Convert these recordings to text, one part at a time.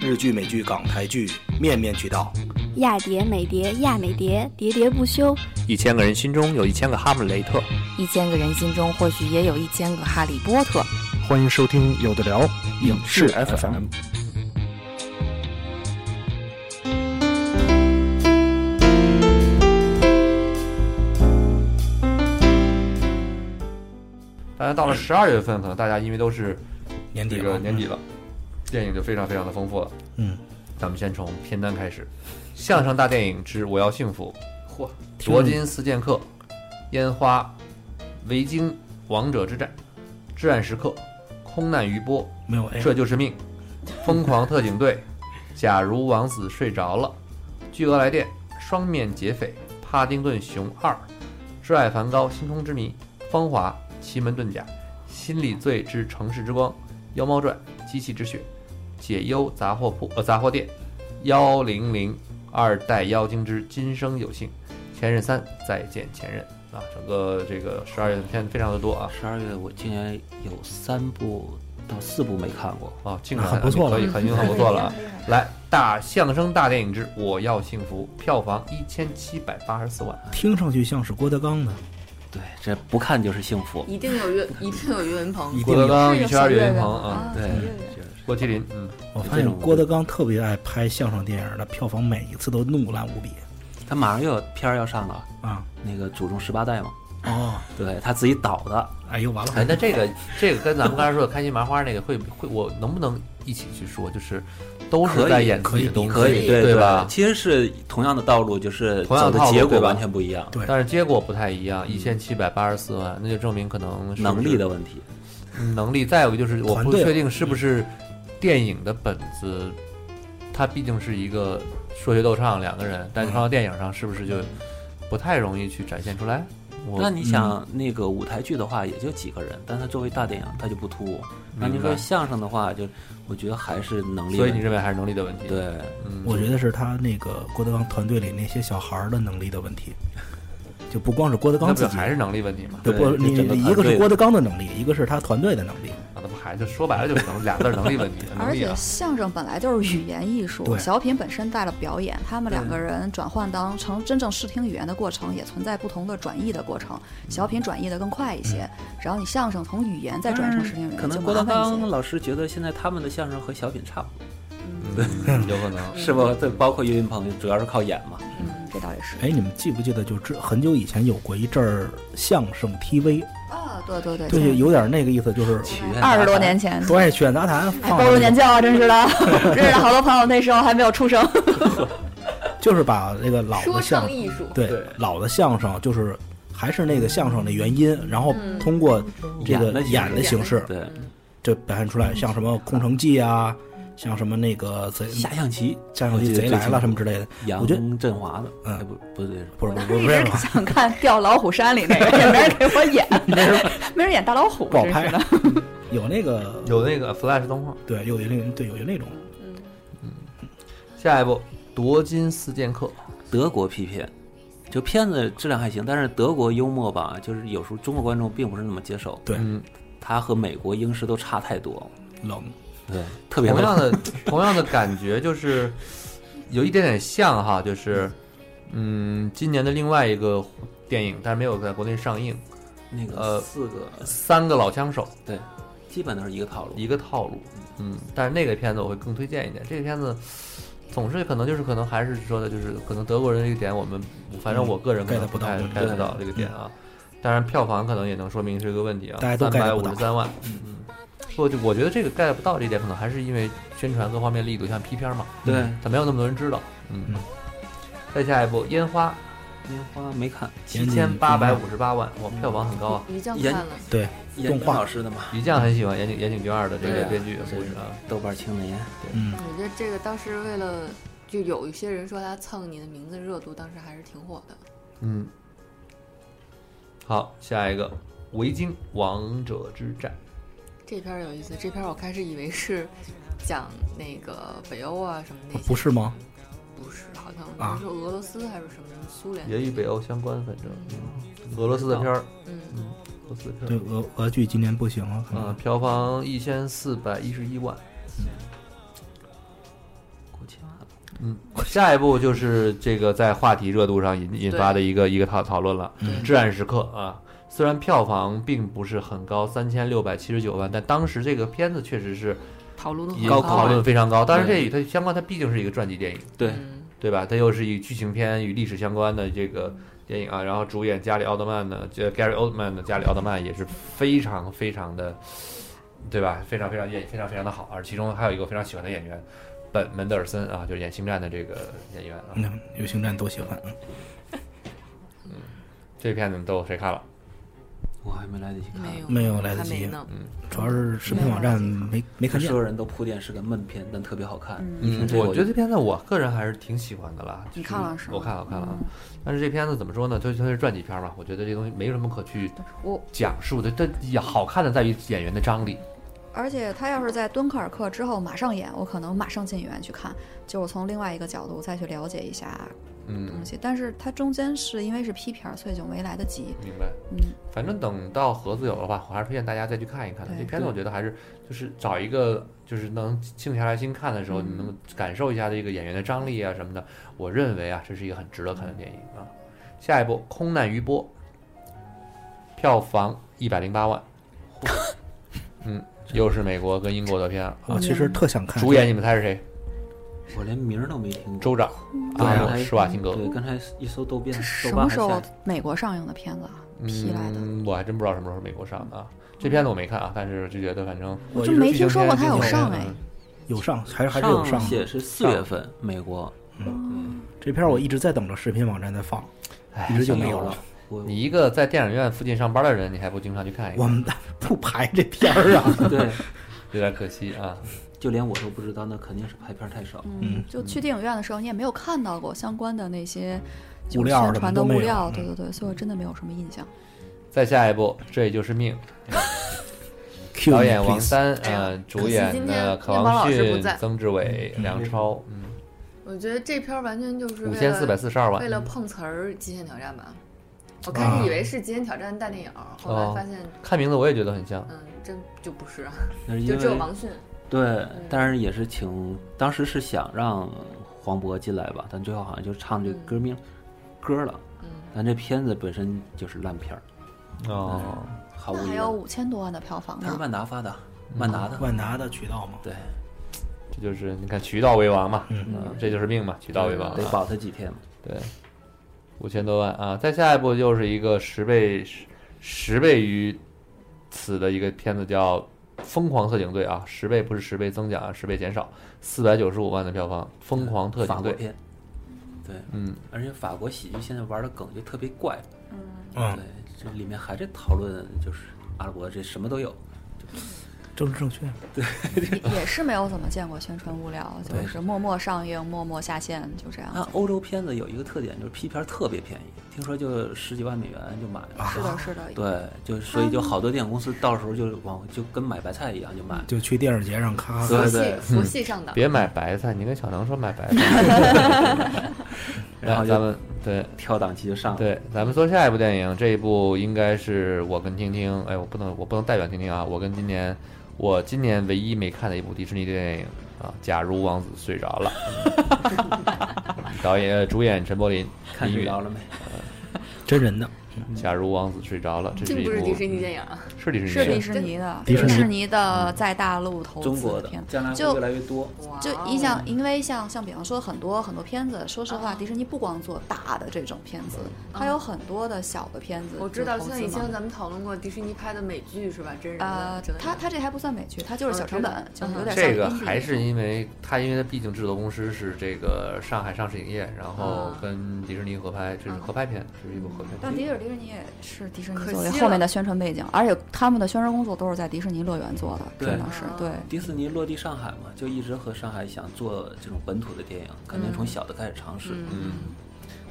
日剧、美剧、港台剧面面俱到。亚蝶、美蝶、亚美蝶，喋喋不休。一千个人心中有一千个哈姆雷特，一千个人心中或许也有一千个哈利波特。欢迎收听《有的聊》影视 FM。当然，到了十二月份，可能大家因为都是年底这了个，年底了，电影就非常非常的丰富了。嗯，咱们先从片单开始，《相声大电影之我要幸福》，嚯，《夺金四剑客》、《烟花》、《维京》、《王者之战》、《至暗时刻》、《空难余波没有哎》、，这就是命、《疯狂特警队》、《假如王子睡着了》、《巨额来电》、《双面劫匪》、《帕丁顿熊二》、《挚爱梵高：星空之谜》、《芳华》、《奇门遁甲》、《心理罪之城市之光》、《妖猫传》、《机器之血》、《解忧杂货铺》呃杂货店、《幺零零二代妖精之今生有幸》、《前任三再见前任》啊，整个这个十二月份片子非常的多啊十二月我竟然有三部到四部没看过，啊，进展很不错了可以，很已经很不错了啊。来，大相声大电影之《我要幸福》，票房一千七百八十四万，啊听上去像是郭德纲的，嗯对，这不看就是幸福。一定 有岳，一定有岳云鹏一，定郭德有。纲、于是谦儿、有岳小岳云岳鹏啊，的啊对，郭麒麟，嗯，我发现郭德纲特别爱拍相声电影的，票房每一次都怒烂无比他马上又有片儿要上了，啊！那个《祖宗十八代》嘛，哦，对他自己导的，哎呦完哎，了，那这个这个跟咱们刚才说的开心麻花那个会会，我能不能一起去说？就是都是可以在演可自己以的东西，可以，对对对吧？其实是同样的道路，就是同样走的的套路结对果吧完全不一样，对但是结果不太一样，一千七百八十四万，那就证明可能是不是能力的问题。嗯能力。再有一个就是，我团不队确定是不是电影的本子，它毕竟是一个说学逗唱两个人，但是放到电影上是不是就不太容易去展现出来？我那你想，那个舞台剧的话也就几个人，但他作为大电影，他就不突兀。那你明白说相声的话，就我觉得还是能力所问以题。你认为还是能力的问题？，对，嗯，我觉得是他那个郭德纲团队里那些小孩儿的能力的问题，就不光是郭德那纲不自就己，还是能力问题吗？对不？对你这整个一个团是队的郭德纲的能力，一个是他团队的能力。啊，那不还就说白了就是能俩字儿能力问题，能而力且啊。相声本来就是语言艺术对，小品本身带了表演，他们两个人转换当成真正视听语言的过程，也存在不同的转译的过程。小品转译的更快一些，然后你相声从语言再转成视听语哎嗯可言就能郭麻德烦一纲些。老师觉得现在他们的相声和小品差不多，嗯，有可能。是不？对，包括岳云鹏主要是靠演嘛。嗯，这倒也是。哎，你们记不记得，就之很久以前有过一阵儿相声 TV，啊，对对对，对，有点那个意思，就是曲苑二杂十多谈年前。对，曲苑杂谈哎，放暴露了年那个，纪了，真是的，认识了好多朋友，那时候还没有出生。就是把那个老说的相唱 艺术，对对老的相声，就是还是那个相声的原因，然后嗯通过这演个的形演的式形式，对，嗯这表现出来，像什么《空城计》啊，像什么那个贼下象棋，下象棋贼来了什么之类的，杨我觉得振华的，嗯哎不不对，不是不是一不是直想看《掉老虎山》里那个，也没人给我演，没人演大老虎，不好真拍啊是的。 有那个有那个 Flash 动画。对有有那个对有有那种下一步，《夺金四剑客》德国批片，就片子质量还行，但是德国幽默吧，就是有时候中国观众并不是那么接受，对嗯，它和美国、英式都差太多，冷，对，特别同冷样的同样的感觉就是有一点点像哈，就是嗯，今年的另外一个电影，但是没有在国内上映，那呃个四个《三个老枪手基本都是一个套》路，一个套路，嗯，但是那个片子我会更推荐一点，这个片子。总是可能就是可能还是说的就是可能德国人这个点我们反正我个人可能嗯 get 不到太对嗯 get 不到这个点啊，当然票房可能也能说明是个问题啊，大家都三 get 百不五到十三万，嗯嗯，我就我觉得这个 get 不到这一点可能还是因为宣传各方面力度，像 P 片嘛，对，但没有那么多人知道。嗯嗯，再下一步，《烟花烟花没看，》前七几千八百五十八万，哇，票房很高啊！于酱演看了，对严动正画老师的嘛，于酱很喜欢岩井岩井俊二的这对个啊编剧故对事啊，豆瓣青年，嗯我觉得这个当时为了。就有一些人说他蹭你的名字热度，当时还是挺火的。嗯。好，下一个《维京王者之战这篇儿有意思，这篇儿我开始以为是讲那个北欧啊什么那些，不是吗？不是，好像啊是说俄罗斯还是什么苏》联，也与北欧相关，反正嗯俄罗斯的片儿，嗯，俄罗斯的哦对片嗯俄俄剧今年不行了，可儿，啊，能票房一千四百一十一万。嗯下一步就是这个在话题热度上引引发的一个一个讨讨论了，对《至暗时刻》啊。虽然票房并不是很高，三千六百七十九万，但当时这个片子确实是讨论度很引嗯高啊讨论非常高。但是这对与它相关，它毕竟是一个传记电影，对嗯对吧？它又是以剧情片与历史相关的这个电影啊。然后主演加里奥德曼呢，这 Gary Oldman 的加里奥德曼也是非常非常的，对吧？非常非常演非常非常的好。而其中还有一个我非常喜欢的演员，本门德尔森啊，就是演星战的这个演员啊。嗯，有星战都喜欢。嗯这片子都谁看了？我还没来得及看，没有没有来得还没及呢，主要是视频网站没没看见所有。人都铺垫是个闷片，但特别好看。嗯这个我觉得这片子我个人还是挺喜欢的啦。你就是看了是吗嗯我看了，我看了啊。但是这片子怎么说呢？就它是传记片嘛，我觉得这东西没什么可去我讲述的。但也好看的在于演员的张力。而且他要是在敦刻尔克之后马上演，我可能马上进影院去看，就是从另外一个角度再去了解一下嗯，东西。但是它中间是因为是批片儿，所以就没来得及。明白。嗯，反正等到盒子有的话，我还是推荐大家再去看一看的。这对片子我觉得还是就是找一个就是能静下来心看的时候，你嗯能感受一下这个演员的张力啊什么的。我认为啊，这是一个很值得看的电影啊。下一部《空难余波》，票房一百零八 万，嗯，又是美国跟英国的片儿，啊我其实特想嗯看主演你们猜是谁？我连名儿都没听过。州长对啊，还施瓦辛格。对，刚才一搜豆瓣，这什豆瓣么还时候啊下美国上映的片子啊？批来的，嗯，我还真不知道什么时候美国上的啊。这片子我没看啊，但是就觉得反正我就没听说过剧情片他有这种上片哎嗯。有上，还是还是有上写的。是四月份，美国这片儿我一直在等着视频网站在放，哎一直就没没有了了。。我你一个在电影院附近上班的人，你还不经常去看一我看，们 不排这片儿 啊， 对，有点可惜啊。就连我都不知道，那肯定是排片太少。嗯，就去电影院的时候，你也没有看到过相关的那些就物是料宣什么传都的没物有料，嗯对对对，所以我真的没有什么印象。再下一部，这也就是命， Cue 导 me, 演王 please 丹，哎呀呃，可主惜演今呢天可面包王老师不迅、在曾志伟、嗯梁超，嗯，我觉得这片儿完全就是五为千了四百四十二嗯为万，了碰瓷儿《极限挑战》吧。我开始以为是《极限挑战》大电影儿，后来发现，看名字我也觉得很像。嗯，真就不是啊，那是因就为只有王迅。对，嗯但是也是请，当时是想让黄渤进来吧，但最后好像就唱这个歌名、歌了。嗯但这片子本身就是烂片儿，哦，啊毫无那疑还有问。五千多万的票房它是 呢，万达发的，嗯万达的。万达的渠道嘛，对，这就是你看渠道为王嘛，嗯嗯，这就是命嘛，渠道为王得啊。保他几天嘛。对，五千多万啊！再下一步就是一个十倍十十倍于此的一个片子，叫《疯狂特警队》啊，十倍不是十倍增长啊，十倍减少，四百九十五万的票房，《疯狂特嗯法警国队》片，对，嗯，而且法国喜剧现在玩的梗就特别怪，嗯对，，这里面还在讨论就是阿拉伯这什么都有，政治正确，也也是没有怎么见过宣传物料，就是默默上映，默默下线，就这样那。啊欧洲片子有一个特点，就是批片儿特别便宜，听说就十几万美元就买了。是的，是的，对，就所以就好多电影公司到时候就往就跟买白菜一样就买。就去电影节上咔咔对佛看。系佛系上档，别买白菜，你跟小能说买白 菜， 然后就咱们对。跳档期就上了。对，咱们说下一部电影，这一部应该是我跟听听，哎，我不能，我不能代表听听啊，我跟今年，我今年唯一没看的一部迪士尼电影啊，《假如王子睡着 了》，导演主演陈柏霖，看音睡乐着了嗯没？真人的，假如王子睡着了》，这是嗯这一不是部迪士尼电影啊，是迪士是尼电迪影，士尼的，迪士尼尼的在大陆投中资国的片子，将来会就越来越多。哇就哦你想，因为像像比方说很多很多片子，说实话，迪士尼不光做大的这种片子，它有很多的小的片子。我知道，就投像资以前嘛咱们讨论过迪士尼拍的美剧是吧？真人呃的，真，的它它这还不算美剧，它就是小成本，嗯就是有点像这个 indie 还是因为它，因为它毕竟制作公司是这个上海上市影业，然后啊跟迪士尼合拍，这是合拍片，这是一部合拍但片。迪尔迪士尼也是迪士尼可作为惜后了面的宣传背景，而且他们的宣传工作都是在迪士尼乐园做的，对真的是对。迪士尼落地上海嘛，就一直和上海想做这种本土的电影，肯定从小的开始尝试。嗯，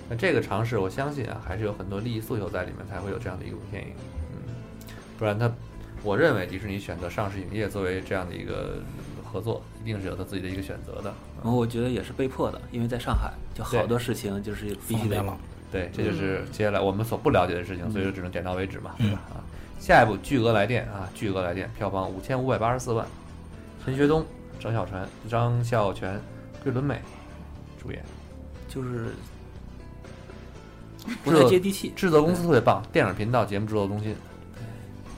那这个尝试，我相信啊，还是有很多利益诉求在里面，才会有这样的一部电影。嗯，不然它，我认为迪士尼选择上市影业作为这样的一个合作，一定是有他自己的一个选择的。然后我觉得也是被迫的，因为在上海就好多事情就是必须方得便了。对，这就是接下来我们所不了解的事情，所以就只能点到为止嘛，对吧？啊，下一部《巨额来电》啊，《巨额来电》票房五千五百八十四万，陈学冬、张小泉、张孝全、桂纶镁主演，就是不太接地气。制作公司特别棒，电影频道节目制作中心，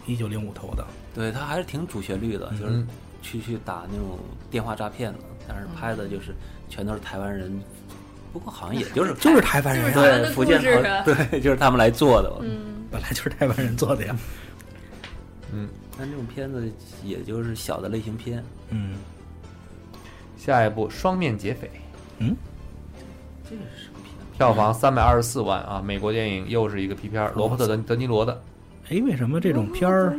一九零五投的，对他还是挺主旋律的，就是嗯去去打那种电话诈骗的，但嗯是拍的就是全都是台湾人，不过好 像也就是就是台湾人就啊，是他们对的福建故事台啊对，就是他们来做的。嗯，本来就是台湾人做的呀。嗯。但这种片子也就是小的类型片，嗯，下一部《双面劫匪》这是什么片？票房三百二十四万啊，美国电影又是一个皮片儿，罗伯特德德尼罗的哎，为什么这种片儿，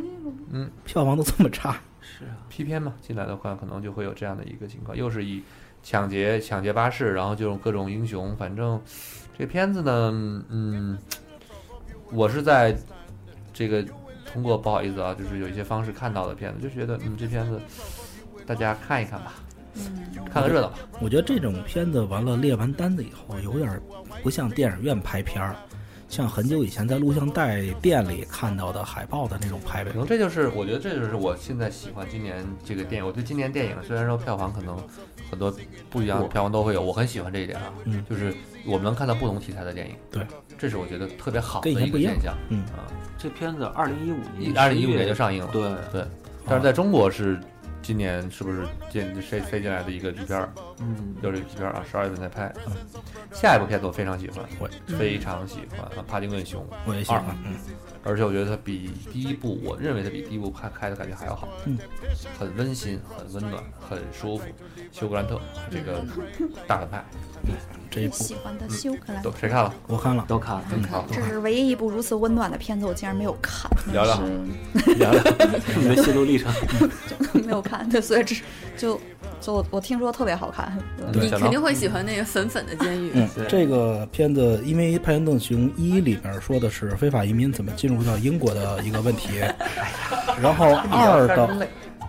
嗯，票房都这么差？是啊，批片嘛，进来的话可能就会有这样的一个情况，又是以抢劫抢劫巴士，然后就用各种英雄，反正这片子呢，嗯，我是在这个通过不好意思啊，就是有一些方式看到的片子，就觉得嗯，这片子大家看一看吧，看个热闹吧，我觉得这种片子完了列完单子以后，有点不像电影院拍片儿，像很久以前在录像带店里看到的海报的那种拍呗可。能这就是我觉得这就是我现在喜欢今年这个电影。我对今年电影虽然说票房可能很多不一样的票房都会有，我很喜欢这一点啊，嗯就是我们能看到不同题材的电影，对，这是我觉得特别好的跟以前一不个一样现象嗯，啊。这片子二零一五一年，二零一五年就上映了，对，对，但是在中国是今年是不是进谁飞进来的一个剧片儿，嗯，又是一个剧片儿啊，十二月份才拍。嗯下一部片子我非常喜欢，我非常喜欢啊，《帕丁顿熊》，我也喜欢。嗯，而且我觉得它比第一部，我认为它比第一部拍开的感觉还要好，嗯，很温馨，很温暖，很舒服。休格兰特这个大反派，这一部喜欢的修格兰都谁看了？我看了，都看了。都看好了，这是唯一一部如此温暖的片子，我竟然没有看，聊 聊聊聊 你的心路历程。 没有看，对，所以只就就我我听说特别好看，对你小肯狼定会喜欢那个粉粉的监狱，嗯对，这个片子因为《派丁顿熊一》里边说的是非法移民怎么进入到英国的一个问题，然后二的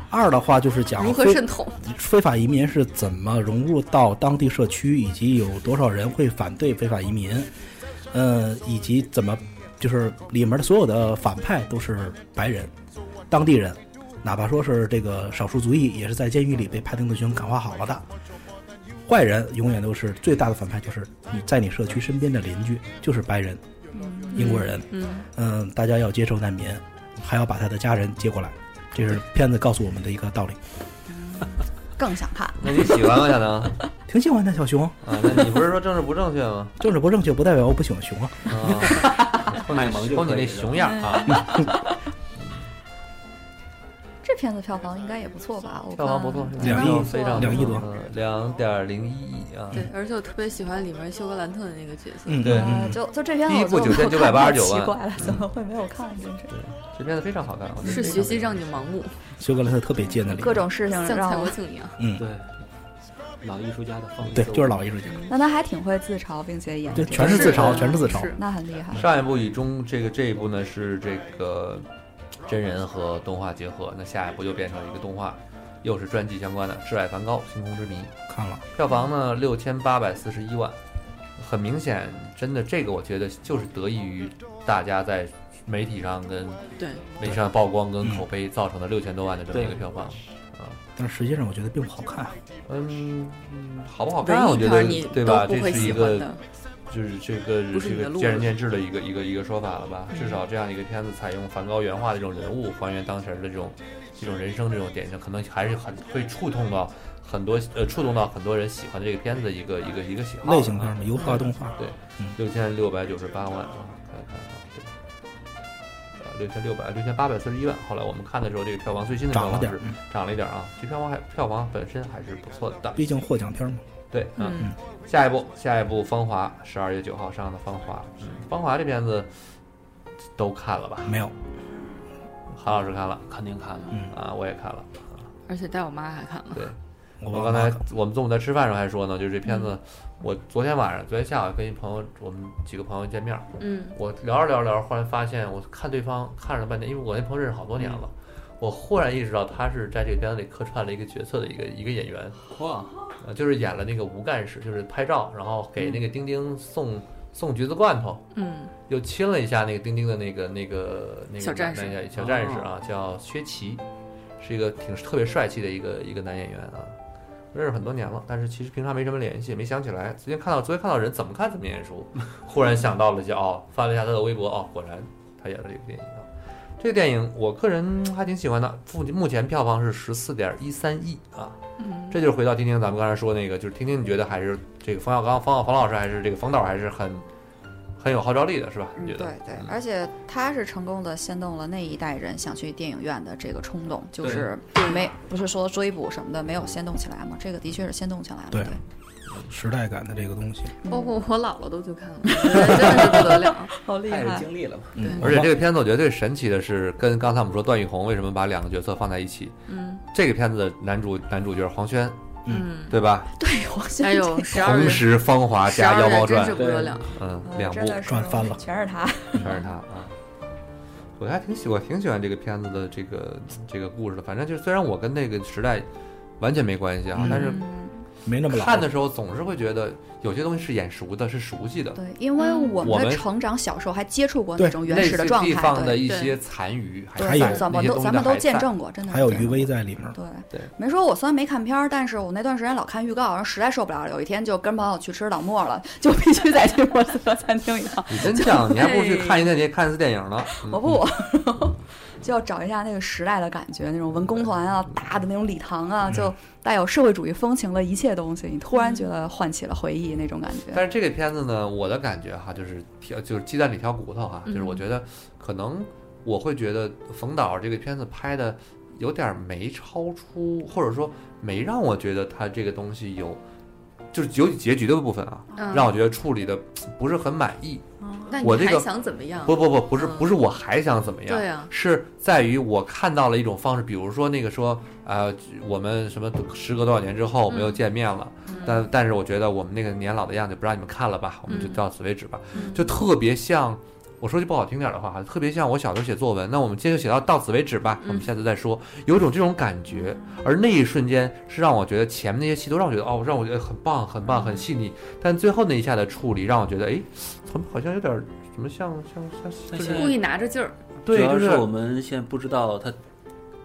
二的话就是讲如何非渗透？非法移民是怎么融入到当地社区，以及有多少人会反对非法移民，呃，以及怎么就是里面的所有的反派都是白人、当地人，哪怕说是这个少数族裔，也是在监狱里被帕丁顿熊感化好了的。坏人永远都是最大的反派，就是你在你社区身边的邻居就是白人、英国人，嗯，嗯、大家要接受难民，还要把他的家人接过来，这是片子告诉我们的一个道理。更想看。那你喜欢吗，小能？啊，挺喜欢的小熊，那你不是说政治不正确吗？政治不正确不代表我不喜欢熊啊。啊，卖萌就光你可以那了熊样啊，这片子票房应该也不错吧？我票看房不错，两亿非常两亿多，两点零一亿啊。对，而且我特别喜欢里面休格兰特的那个角色，嗯，对啊，就就这片第一我部就没有看9989太奇怪了，怎么会没有看？真是这片子非常好看，我觉得是学习让你盲目，休格兰特特别贱的里面各种事情像蔡让国我，庆一样。嗯，对，老艺术家的放飞对，自我就是老艺术家，那他还挺会自嘲，并且演对，这全是个自嘲，是全是自嘲。是那很厉害。上一部以中这个这一部呢是这个真人和动画结合，那下一部又变成一个动画，又是传记相关的《挚爱梵高：星空之谜看了，》，票房呢六千八百四十一万，很明显，真的这个我觉得就是得益于大家在媒体上跟对，媒体上曝光跟嗯口碑造成的六千多万的这么一个对票房。但是实际上我觉得并不好看。啊嗯，嗯好不好看？文我艺觉片得儿你对都吧？不这会是一喜欢个的，就是这个不是这你的个路见仁子见智的一个一个一个说法了吧？嗯至少这样一个片子采用梵高原画的这种人物，还原当时的这种这种人生这种典型，可能还是很会触痛到很多呃触动到很多人喜欢这个片子的一个一个一个喜好啊类型片嘛，油画、动画，六千六百九十八万啊，看一看啊，对，啊六千六百六千八百四十一万。后来我们看的时候，这个票房最新的票涨了房点是儿。嗯涨了一点儿啊，这票房还票房本身还是不错的。毕竟获奖片嘛，对，嗯，嗯，下一部，下一部《芳华》，十二月九号上的《芳华》。嗯，《芳华》这片子都看了吧？没有，韩老师看了肯定看了。嗯，啊，我也看了。而且带我妈还看了，对，我我忘刚了才我们中午在吃饭的时候还说呢，就是这片子，我昨天晚上，昨天下午跟一朋友，我们几个朋友见面儿，嗯，我聊着聊着聊着，忽然发现我看对方看了半天，因为我那朋友认识好多年了。我忽然意识到，他是在这个片子里客串了一个角色的一个一个演员，哇，呃，就是演了那个吴干事，就是拍照，然后给那个丁丁送送橘子罐头，嗯，又亲了一下那个丁丁的那个那个那个小战士哦男演小战士啊，叫薛琪，是一个挺特别帅气的一个一个男演员啊。认识很多年了，但是其实平常没什么联系，也没想起来。最近看到，昨天看到人怎么看怎么 眼熟，忽然想到了就哦，翻了一下他的微博，哦，果然他演了这个电影啊。这个电影我个人还挺喜欢的，目目前票房是十四点一三亿啊，嗯，这就是回到听听咱们刚才说那个，就是听听你觉得还是这个冯小刚、方方老师还是这个冯导还是很很有号召力的，是吧？嗯，你对觉得？对嗯，而且他是成功的掀动了那一代人想去电影院的这个冲动，就对是没不是说追捕什么的没有掀动起来嘛，这个的确是掀动起来了。对对，嗯时代感的这个东西。包括我姥姥都去看了， 我觉得真的是不得了。好厉带着经历了嘛。嗯，而且这个片子我觉得最神奇的是，跟刚才我们说段奕宏为什么把两个角色放在一起，嗯这个片子的男主男主角黄轩，嗯，对吧？对，我现还在有十二同人，时芳华十加二妖猫人真传是，不得了。嗯，两部赚翻了全是他。全是他啊。我还挺喜欢，挺喜欢这个片子的这个这个故事的。反正就是，虽然我跟那个时代完全没关系啊，嗯但是没那么老。看的时候总是会觉得有些东西是眼熟的，是熟悉的，对，因为嗯我我们们的成长小时候还接触过对那种原始的状类似地态，方的对，一些残余，对还有咱咱那们些都东西咱们都还见在。证过，真的是还有这样余威在里面，对对没说我虽然没看片儿，但是我那段时间老看预告，然后实在受不了，有一天就跟朋友去吃老莫了，就必须在金摩斯克餐厅一趟。你真犟，你还不如去看一那电看一次电影呢。嗯我不， 就要找一下那个时代的感觉，那种文工团啊，大的那种礼堂嗯啊，就带有社会主义风情的一切东西，你突然觉得唤起了回忆那种感觉。但是这个片子呢，我的感觉哈，就是挑就是鸡蛋里挑骨头哈，就是嗯我觉得可能我会觉得冯导这个片子拍的有点没超出，或者说没让我觉得他这个东西有，就是有结局的部分啊，嗯让我觉得处理的不是很满意。那我你这还个想怎么样？不不不，不是嗯不是，我还想怎么样？对啊是在于我看到了一种方式，比如说那个说，呃，我们什么时隔多少年之后我们又嗯见面了，嗯但但是我觉得我们那个年老的样子不让你们看了吧，我们就嗯到此为止吧。嗯就特别像，我说句不好听点儿的话，特别像我小时候写作文。那我们今天就写到到此为止吧，我嗯们下次再说，有一种这种感觉。而那一瞬间是让我觉得前面那些戏都让我觉得哦，让我觉得很棒、很棒、很细腻，但最后那一下的处理让我觉得，哎，怎么好像有点儿什么像像像但就现是在故意拿着劲儿，主对，要就是我们现在不知道他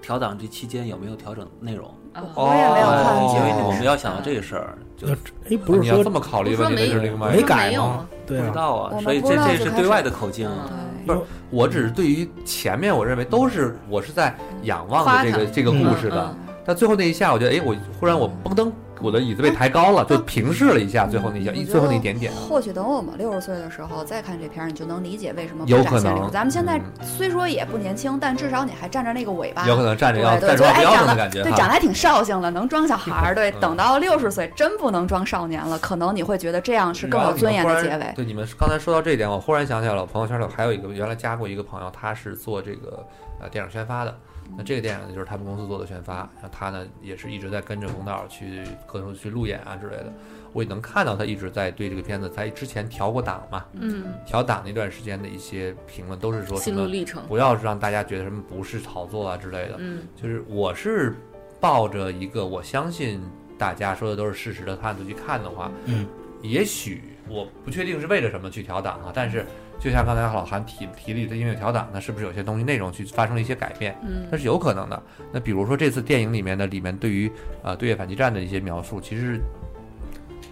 调档这期间有没有调整内容，啊我也没有看哦因为见我们要想到这个事儿，就那哎，不你是要说这么考虑不说问题，那没是另外没一说个。改没有吗吗？对不知啊，道我啊，们所以不这知道这最是开对始外的口径。啊嗯对，不是，我只是对于前面我认为都是我是在仰望夸着这个他这个嗯故事的，但最后那一下，我觉得，哎，我忽然我蹦噔，我的椅子被抬高了，就平视了一下，最后那一下，我觉一得最后那一点点。或许等我们六十岁的时候再看这片儿，你就能理解为什么不有展可现能流。咱们现在嗯虽说也不年轻，但至少你还占着那个尾巴，有可能站着要对再对，说就话哎，不要长这么得感觉对，长得哈。还挺绍兴的，能装小孩 儿。对，嗯等到六十岁，真不能装少年了，可能你会觉得这样是更有尊严的结然后你们忽然尾。对，你们刚才说到这一点，我忽然想起来了，我朋友圈里还有一个原来加过一个朋友，他是做这个呃电影宣发的。那这个电影呢，就是他们公司做的宣发，然后他呢也是一直在跟着冯导去各种去路演啊之类的。我也能看到他一直在对这个片子，他之前调过档嘛，嗯，调档那段时间的一些评论都是说什心路么历程，不要让大家觉得什么不是炒作啊之类的。嗯就是我是抱着一个我相信大家说的都是事实的态度去看的话，嗯，也许我不确定是为了什么去调档啊，但是就像刚才老韩提提了一堆音乐调档，那是不是有些东西内容去发生了一些改变？嗯那是有可能的。那比如说这次电影里面的里面对于呃对越反击战的一些描述，其实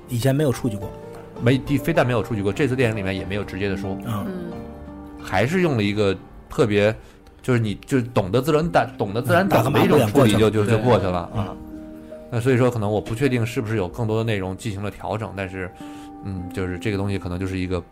以前没有触及过，没地非但没有触及过，这次电影里面也没有直接的说，嗯，嗯，还是用了一个特别，就是你就是懂得自然打，懂得自然打嗯打个的马虎一种眼处理就过就对就过去了啊嗯。那所以说，可能我不确定是不是有更多的内容进行了调整，但是，嗯，就是这个东西可能就是一个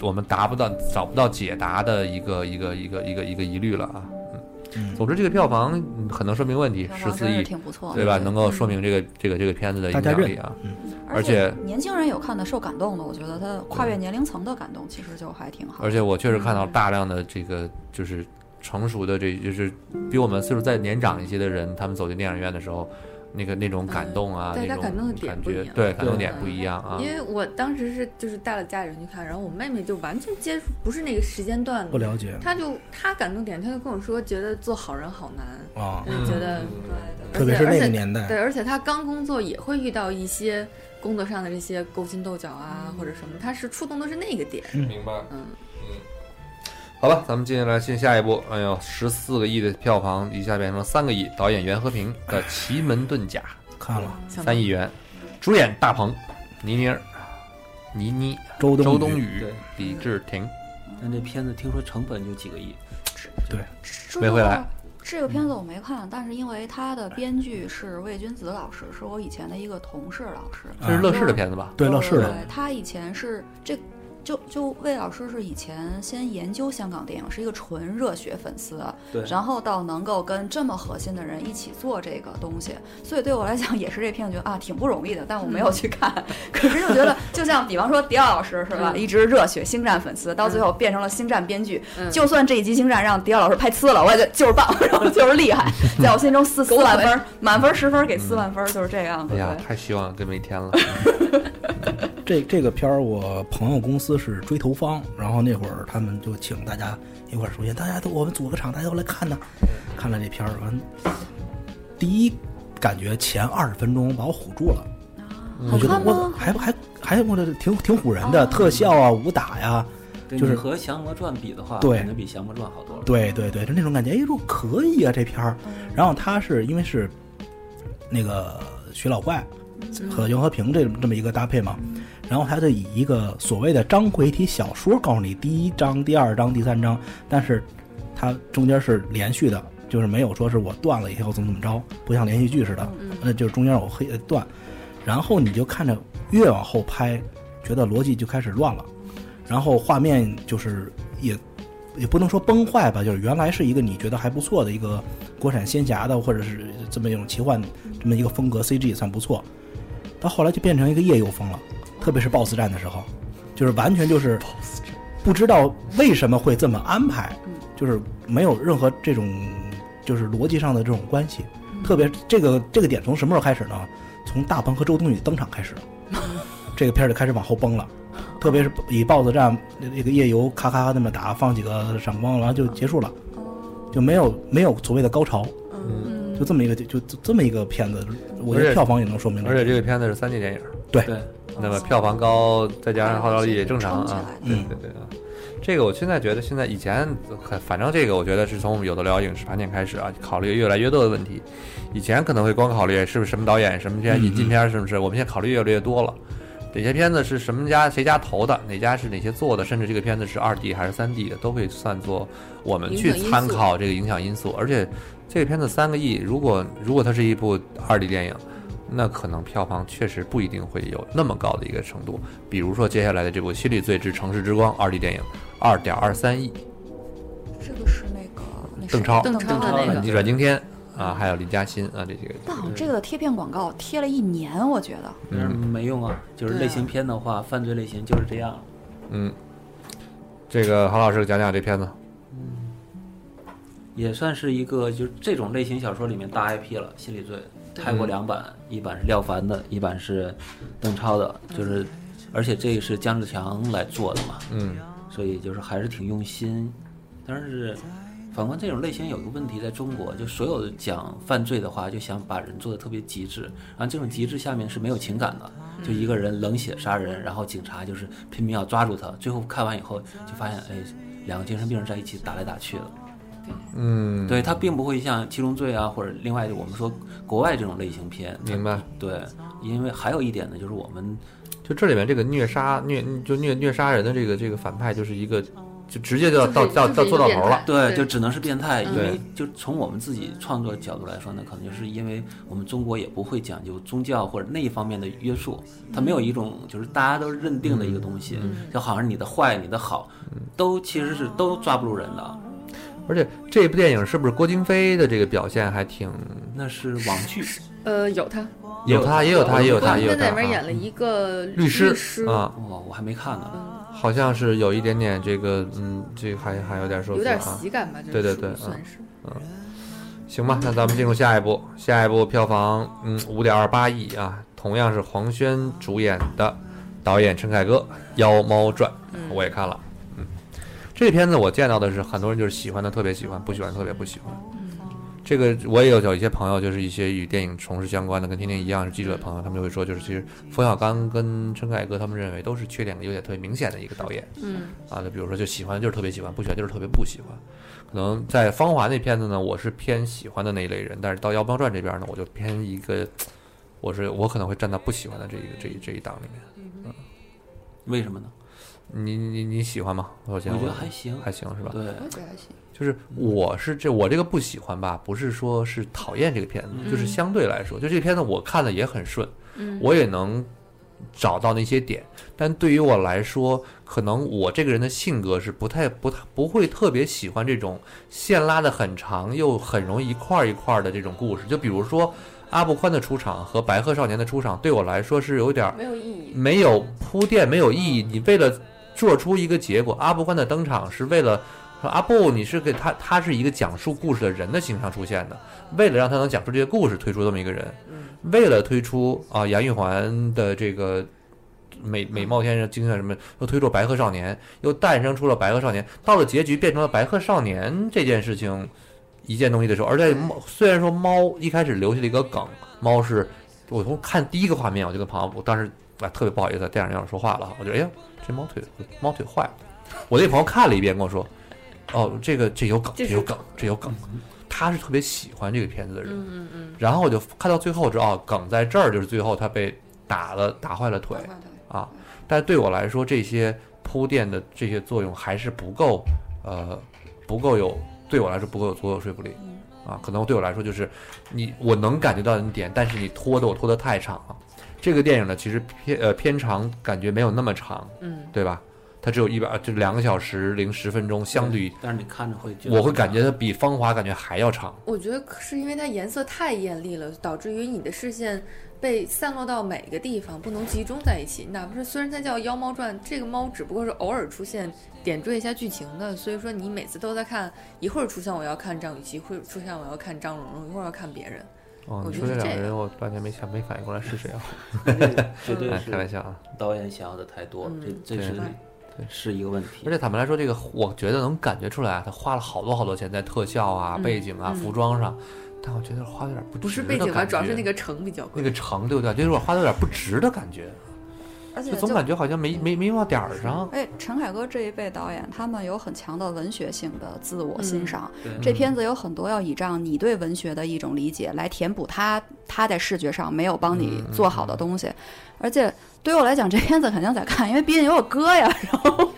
我们达不到、找不到解答的一个一个一个一个一个疑虑了啊。嗯，嗯总之这个票房嗯很能说明问题，票十房四真是亿，挺不错的，对吧？对能够说明这个这个这个片子的大影家响认力啊。嗯而而且年轻人有看的受感动的，我觉得他跨越年龄层的感动，其实就还挺好。而且我确实看到大量的这个就是成熟的这就是比我们岁数再年长一些的人，他们走进电影院的时候，那个那种感动啊，对他那种感动的点感不一觉样，对感动对点不一样啊因。为我当时是就是带了家里人去看，然后我妹妹就完全接触不是那个时间段不的，了解她就她感动点，她就跟我说觉得做好人好难，啊我，就觉得嗯特别是那个嗯而且年代，对，而且她刚工作也会遇到一些工作上的这些勾心斗角啊嗯或者什么，她是触动的是那个点，明白，嗯好吧，咱们接下来进下一步。哎呦，十四个亿的票房一下变成三个亿，导演袁和平的《奇门遁甲》看了，想三亿元，主演大鹏、倪妮儿、倪妮、周冬周冬雨，雨对、李治廷。但这片子听说成本就几个亿，这没回来。这个片子我没看，但是因为它的编剧是魏君子老师，是我以前的一个同事老师。这是乐视的嗯片子吧？啊对乐视的，对，呃他以前是这，就就魏老师是以前先研究香港电影，是一个纯热血粉丝，对然后到能够跟这么核心的人一起做这个东西，所以对我来讲也是这片子觉得啊挺不容易的，但我没有去看，可是就觉得就像比方说迪奥老师是吧，嗯一直热血星战粉丝，到最后变成了星战编剧，嗯就算这一集星战让迪奥老师拍呲了，我也觉得就是棒，然后就是厉害，在我心中四四万分儿，满分十分儿给四万分儿，就是这样子。哎呀，对太希望这么一天了。这这个片儿，我朋友公司是追投方，然后那会儿他们就请大家一块儿出现，大家都我们组个场，大家都来看呢。看了这片儿，完，第一感觉前二十分钟把我唬住了，我觉得我还还还我这挺挺唬人的，特效啊、武打呀、对就是你和《降魔传》比的话，对肯定比《降魔传》好多了。对对对，就那种感觉，哎，说可以啊这片儿。然后他是因为是那个徐老怪和袁和平这这么一个搭配嘛，然后他就以一个所谓的章回体小说告诉你第一章、第二章、第三章，但是它中间是连续的，就是没有说是我断了以后怎么怎么着，不像连续剧似的，那就是中间我黑呃断，然后你就看着越往后拍，觉得逻辑就开始乱了，然后画面就是也也不能说崩坏吧，就是原来是一个你觉得还不错的一个国产仙侠的，或者是这么一种奇幻这么一个风格，CG 也算不错，到后来就变成一个夜游风了，特别是 BOSS 战的时候，就是完全就是不知道为什么会这么安排，嗯就是没有任何这种就是逻辑上的这种关系。嗯特别这个这个点从什么时候开始呢？从大鹏和周冬雨登场开始，嗯这个片儿就开始往后崩了。特别是以 BOSS 战那个夜游咔咔那么打，放几个闪光，然后就结束了，就没有没有所谓的高潮，哦嗯就这么一个就就就这么一个片子，我觉而且得票房也能说明这而且个这个片子是三 D 电影，对，嗯哦那么票房高，再加上号召力也正常撑起啊来。嗯对对对啊，这个我现在觉得，现在以前很，反正这个我觉得是从我们有的聊影视盘点开始啊，考虑越来越多的问题。以前可能会光考虑是不是什么导演、什么片、嗯引进片，是不是？我们现在考虑越来越多了，哪些片子是什么家谁家投的，哪家是哪些做的，甚至这个片子是二 D 还是三 D 的，都会算作我们去影响因素参考这个影响因素。而且这个片子三个亿，如果如果它是一部二 D 电影。那可能票房确实不一定会有那么高的一个程度。比如说接下来的这部《心理罪之城市之光》二 D 电影，二点二三亿，这个是那个那邓谁超邓超的那阮个阮经天啊，还有林嘉欣啊，这几个。但好像这个的贴片广告贴了一年，我觉得但是没用啊，就是对啊类型片的话，犯罪类型就是这样。嗯，这个郝老师讲讲这片子。也算是一个就是这种类型小说里面大 IP 了，《心理罪》对拍过两版，一版是廖凡的，一版是邓超的，就是而且这个是姜志强来做的嘛，嗯，所以就是还是挺用心。但是反观这种类型有一个问题，在中国就所有的讲犯罪的话，就想把人做的特别极致，然后这种极致下面是没有情感的，就一个人冷血杀人，然后警察就是拼命要抓住他，最后看完以后就发现，哎，两个精神病人在一起打来打去的。嗯，对，它并不会像《七宗罪》啊，或者另外我们说国外这种类型片。明白。对，因为还有一点呢，就是我们就这里面这个虐杀虐就虐虐杀人的这个这个反派，就是一个就直接就要到哦就是到就是一个到做到变头态了。对对就只能是变态，因对为就从我们自己创作角度来说呢，可能就是因为我们中国也不会讲究宗教或者那一方面的约束，它没有一种就是大家都认定的一个东西，嗯就好像你的坏、你的好，都其实是都抓不住人的。而且这部电影是不是郭京飞的这个表现还挺那是网剧，呃，有他，有啊他也有他也有他也他有在里面他演啊了一个律师嗯师啊，哇，哦我还没看呢。好像是有一点点这个，嗯，这个还还有点说有辞点啊。喜感吧，这对对属于对算是行吧，那咱们进入下一部，下一部票房，嗯，五点二八亿啊，同样是黄轩主演的，导演陈凯歌《妖猫传》，我也看了，嗯，这片子我见到的是很多人就是喜欢的特别喜欢，不喜欢特别不喜欢。嗯这个我也有有一些朋友，就是一些与电影从事相关的，跟天天一样是记者的朋友，他们就会说，就是其实冯小刚跟陈凯歌他们认为都是缺点有点特别明显的一个导演。嗯啊，就比如说就喜欢就是特别喜欢，不喜欢就是特别不喜欢。可能在《芳华》那片子呢，我是偏喜欢的那一类人，但是到《妖猫传》这边呢，我就偏一个我是我可能会站到不喜欢的这一个这一这一档里面。为什么呢？你你你喜欢吗？我先我觉得问还行，还行是吧？对，我也觉得还行。就是我是这我这个不喜欢吧，不是说是讨厌这个片子，就是相对来说，就这个片子我看的也很顺，嗯，我也能找到那些点，但对于我来说，可能我这个人的性格是不太不太不会特别喜欢这种线拉的很长又很容易一块儿一块儿的这种故事，就比如说阿布宽的出场和白鹤少年的出场，对我来说是有点儿没有意义。没有铺垫，没有意义。你为了做出一个结果，阿布宽的登场是为了说阿布，你是给他，他是一个讲述故事的人的形象出现的，为了让他能讲述这些故事，推出这么一个人，为了推出啊杨玉环的这个。美美貌天人精神什么，又推出白鹤少年，又诞生出了白鹤少年。到了结局，变成了白鹤少年这件事情，一件东西的时候，而且猫虽然说猫一开始留下了一个梗，猫是我从看第一个画面，我就跟朋友，我当时哎特别不好意思，电影院说话了，我觉得哎呀，这猫腿猫腿坏了。我那朋友看了一遍，跟我说，哦，这个这有梗，这这是有梗，这有梗。他是特别喜欢这个片子的人，嗯嗯嗯，然后我就看到最后，我知道哦梗在这儿，就是最后他被打了，打坏了腿怪怪的啊。但对我来说，这些铺垫的这些作用还是不够，呃，不够有对我来说不够有足够有说服力嗯啊。可能对我来说就是你我能感觉到你点，但是你拖的我拖得太长了。这个电影呢，其实片呃片长感觉没有那么长，嗯，对吧？它只有一百就两个小时零十分钟，相对于但是你看着会觉得，我会感觉它比《芳华》感觉还要长。我觉得可是因为它颜色太艳丽了，导致于你的视线被散落到每个地方，不能集中在一起。哪怕是虽然它叫《妖猫传》，这个猫只不过是偶尔出现，点缀一下剧情的。所以说你每次都在看，一会儿出现我要看张雨绮，一会儿出现我要看张蓉蓉，一会儿要看别人。哦，我你觉说得这是两这个人，样我半天没想没反应过来是谁啊？绝对哎，是开玩笑啊！导演想要的太多了，嗯这这对是对是一个问题而。且坦白来说，这个我觉得能感觉出来啊，他花了好多好多钱在特效啊、嗯背景啊、嗯服装上，但我觉得花有点不值不是的背景吧，感主要觉是那个城比较贵。那个城，对不对？就是我花的有点不值的感觉，而且就总感觉好像没没没用到点儿上。哎，陈凯歌这一辈导演，他们有很强的文学性的自我欣赏。对这嗯片子有很多要倚仗你对文学的一种理解来填补他他在视觉上没有帮嗯你做好的东西。而且对于我来讲，这片子肯定得看，因为毕竟有我哥呀。 然后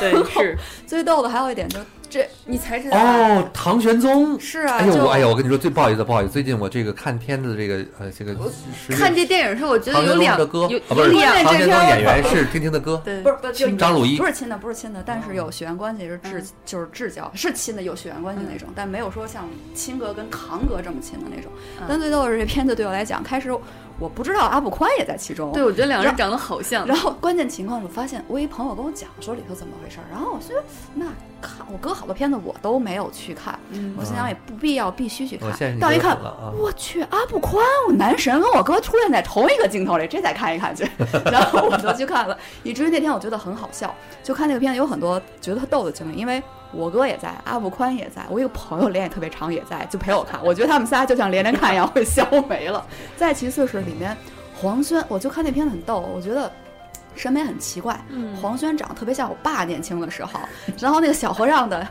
对， 是最逗的还有一点就是这你才知道哦，唐玄宗。是啊，哎呦，就我哎呦，我跟你说，最不好意思，不好意思，最近我这个看片子的这个呃这个时看这电影的时候，我觉得有两的歌有啊，不有是两唐玄宗这演员是听听的歌，对不是不是就是张鲁一不是亲的，不是亲的，但是有血缘关系是至、就是至交，是亲的有血缘关系那种，但没有说像亲哥跟堂哥这么亲的那种。嗯但最逗的是这片子对我来讲，开始我不知道阿布宽也在其中，对，我觉得两个人长得好像然。后关键情况，我发现我一朋友跟我讲说里头怎么回事儿，然后我说那看我哥好多片子我都没有去看，嗯我心想也不必要必须去我看现在，到一看。了啊。我去，阿布宽，我男神跟我哥出现在同一个镜头里，这再看一 看去。然后我就去看了，以至于那天我觉得很好笑，就看那个片子有很多觉得逗的情侣，因为我哥也在，阿布宽也在，我一个朋友脸也特别长也在，就陪我看。我觉得他们仨就像连连看一样会笑没了。再其次是里面黄轩，我就看那片子很逗，我觉得。审美很奇怪，嗯黄轩长得特别像我爸年轻的时候， 然后那个小和尚的，